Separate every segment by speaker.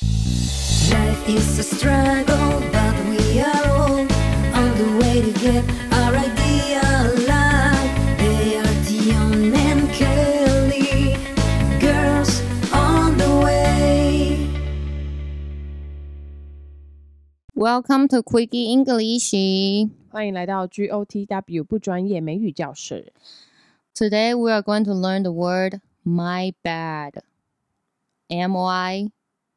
Speaker 1: Life is a struggle, but we are all on the way to get our ideal life. They are Dion and Kelly, girls on the way.
Speaker 2: Welcome to Quickie English.
Speaker 3: 欢迎来到 GOTW 不专业美语教室。
Speaker 2: Today we are going to learn the word my bad. M Y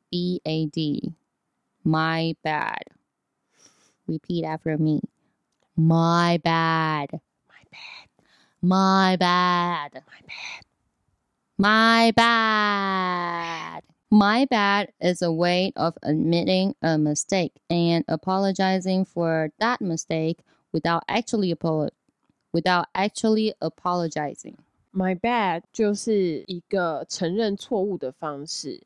Speaker 2: B A D. My bad. Repeat after me. My bad. My bad. My bad. My bad. My bad is a way of admitting a mistake and apologizing for that mistake without actually apolog without actually apologizing.
Speaker 3: My bad 就是一个承认错误的方式，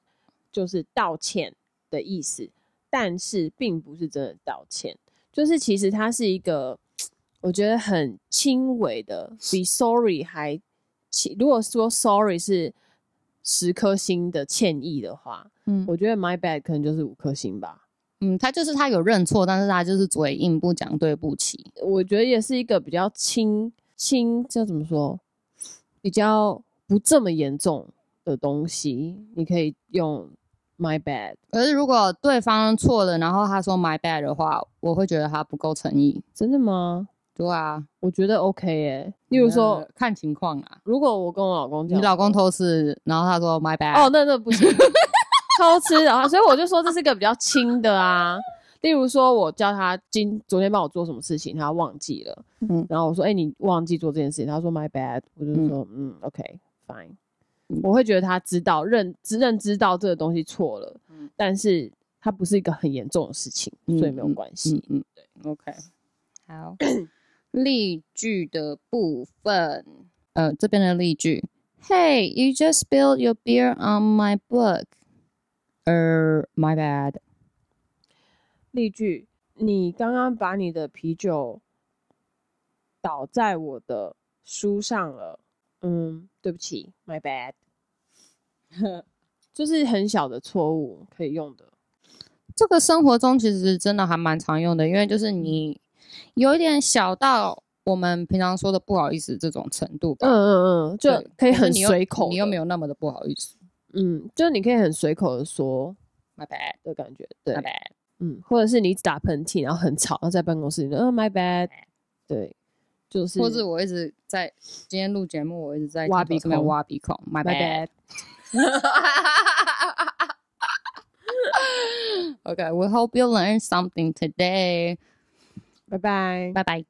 Speaker 3: 就是道歉的意思，但是并不是真的道歉，就是其实它是一个我觉得很轻微的，比 sorry 还轻。如果说 sorry 是十颗星的歉意的话，
Speaker 2: 嗯
Speaker 3: 我觉得 my bad 可能就是五颗星吧。
Speaker 2: 嗯，他就是他有认错，但是他就是嘴硬不讲对不起。
Speaker 3: 我觉得也是一个比较轻轻，叫怎么说，比较不这么严重的东西，你可以用 my bad，
Speaker 2: 可是如果对方错了，然后他说 my bad 的话，我会觉得他不够诚意。
Speaker 3: 真的吗？
Speaker 2: 对啊，
Speaker 3: 我觉得 OK 耶、例如说，
Speaker 2: 呃看情况啊。
Speaker 3: 如果我跟我老公讲，
Speaker 2: 你老公偷吃，然后他说 my bad，
Speaker 3: 哦，那那不行，偷吃啊！所以我就说这是一个比较轻的啊。例如说，我叫他今昨天帮我做什么事情，他忘记了，
Speaker 2: 嗯
Speaker 3: 然后我说，哎、你忘记做这件事情，他说 my bad，我就
Speaker 2: 嗯
Speaker 3: 说，嗯 o k fine，、
Speaker 2: 嗯
Speaker 3: 我会觉得他知道认知认知到这个东西错了，
Speaker 2: 嗯
Speaker 3: 但是他不是一个很严重的事情，所以没有关系。
Speaker 2: 嗯嗯，对，OK，好。例句的部分，呃，这边的例句，Hey, you just spilled your beer on my book. 呃、my bad.
Speaker 3: 例句：你刚刚把你的啤酒倒在我的书上了。嗯，对不起，my bad。就是很小的错误可以用的。
Speaker 2: 这个生活中其实真的还蛮常用的，因为就是你有一点小到我们平常说的不好意思这种程度吧，
Speaker 3: 嗯嗯嗯，就
Speaker 2: 对
Speaker 3: 可以
Speaker 2: 是
Speaker 3: 很
Speaker 2: 你又
Speaker 3: 随口
Speaker 2: 你又没
Speaker 3: 有？
Speaker 2: 有那么的不好意思
Speaker 3: 嗯，就是你可以很随口的说
Speaker 2: ，my bad，my
Speaker 3: 的感觉。对，
Speaker 2: bad，
Speaker 3: 嗯，或者是你打喷嚏然后很吵，然后在办公室里面，嗯，my bad。对，就是
Speaker 2: 或是我一直在今天录节目，我一直在
Speaker 3: 挖
Speaker 2: 镜头
Speaker 3: 鼻
Speaker 2: 上面
Speaker 3: 孔
Speaker 2: 挖鼻孔，my
Speaker 3: my
Speaker 2: bad
Speaker 3: bad。。
Speaker 2: Okay, we hope you learned something today.
Speaker 3: 拜拜。
Speaker 2: Bye bye.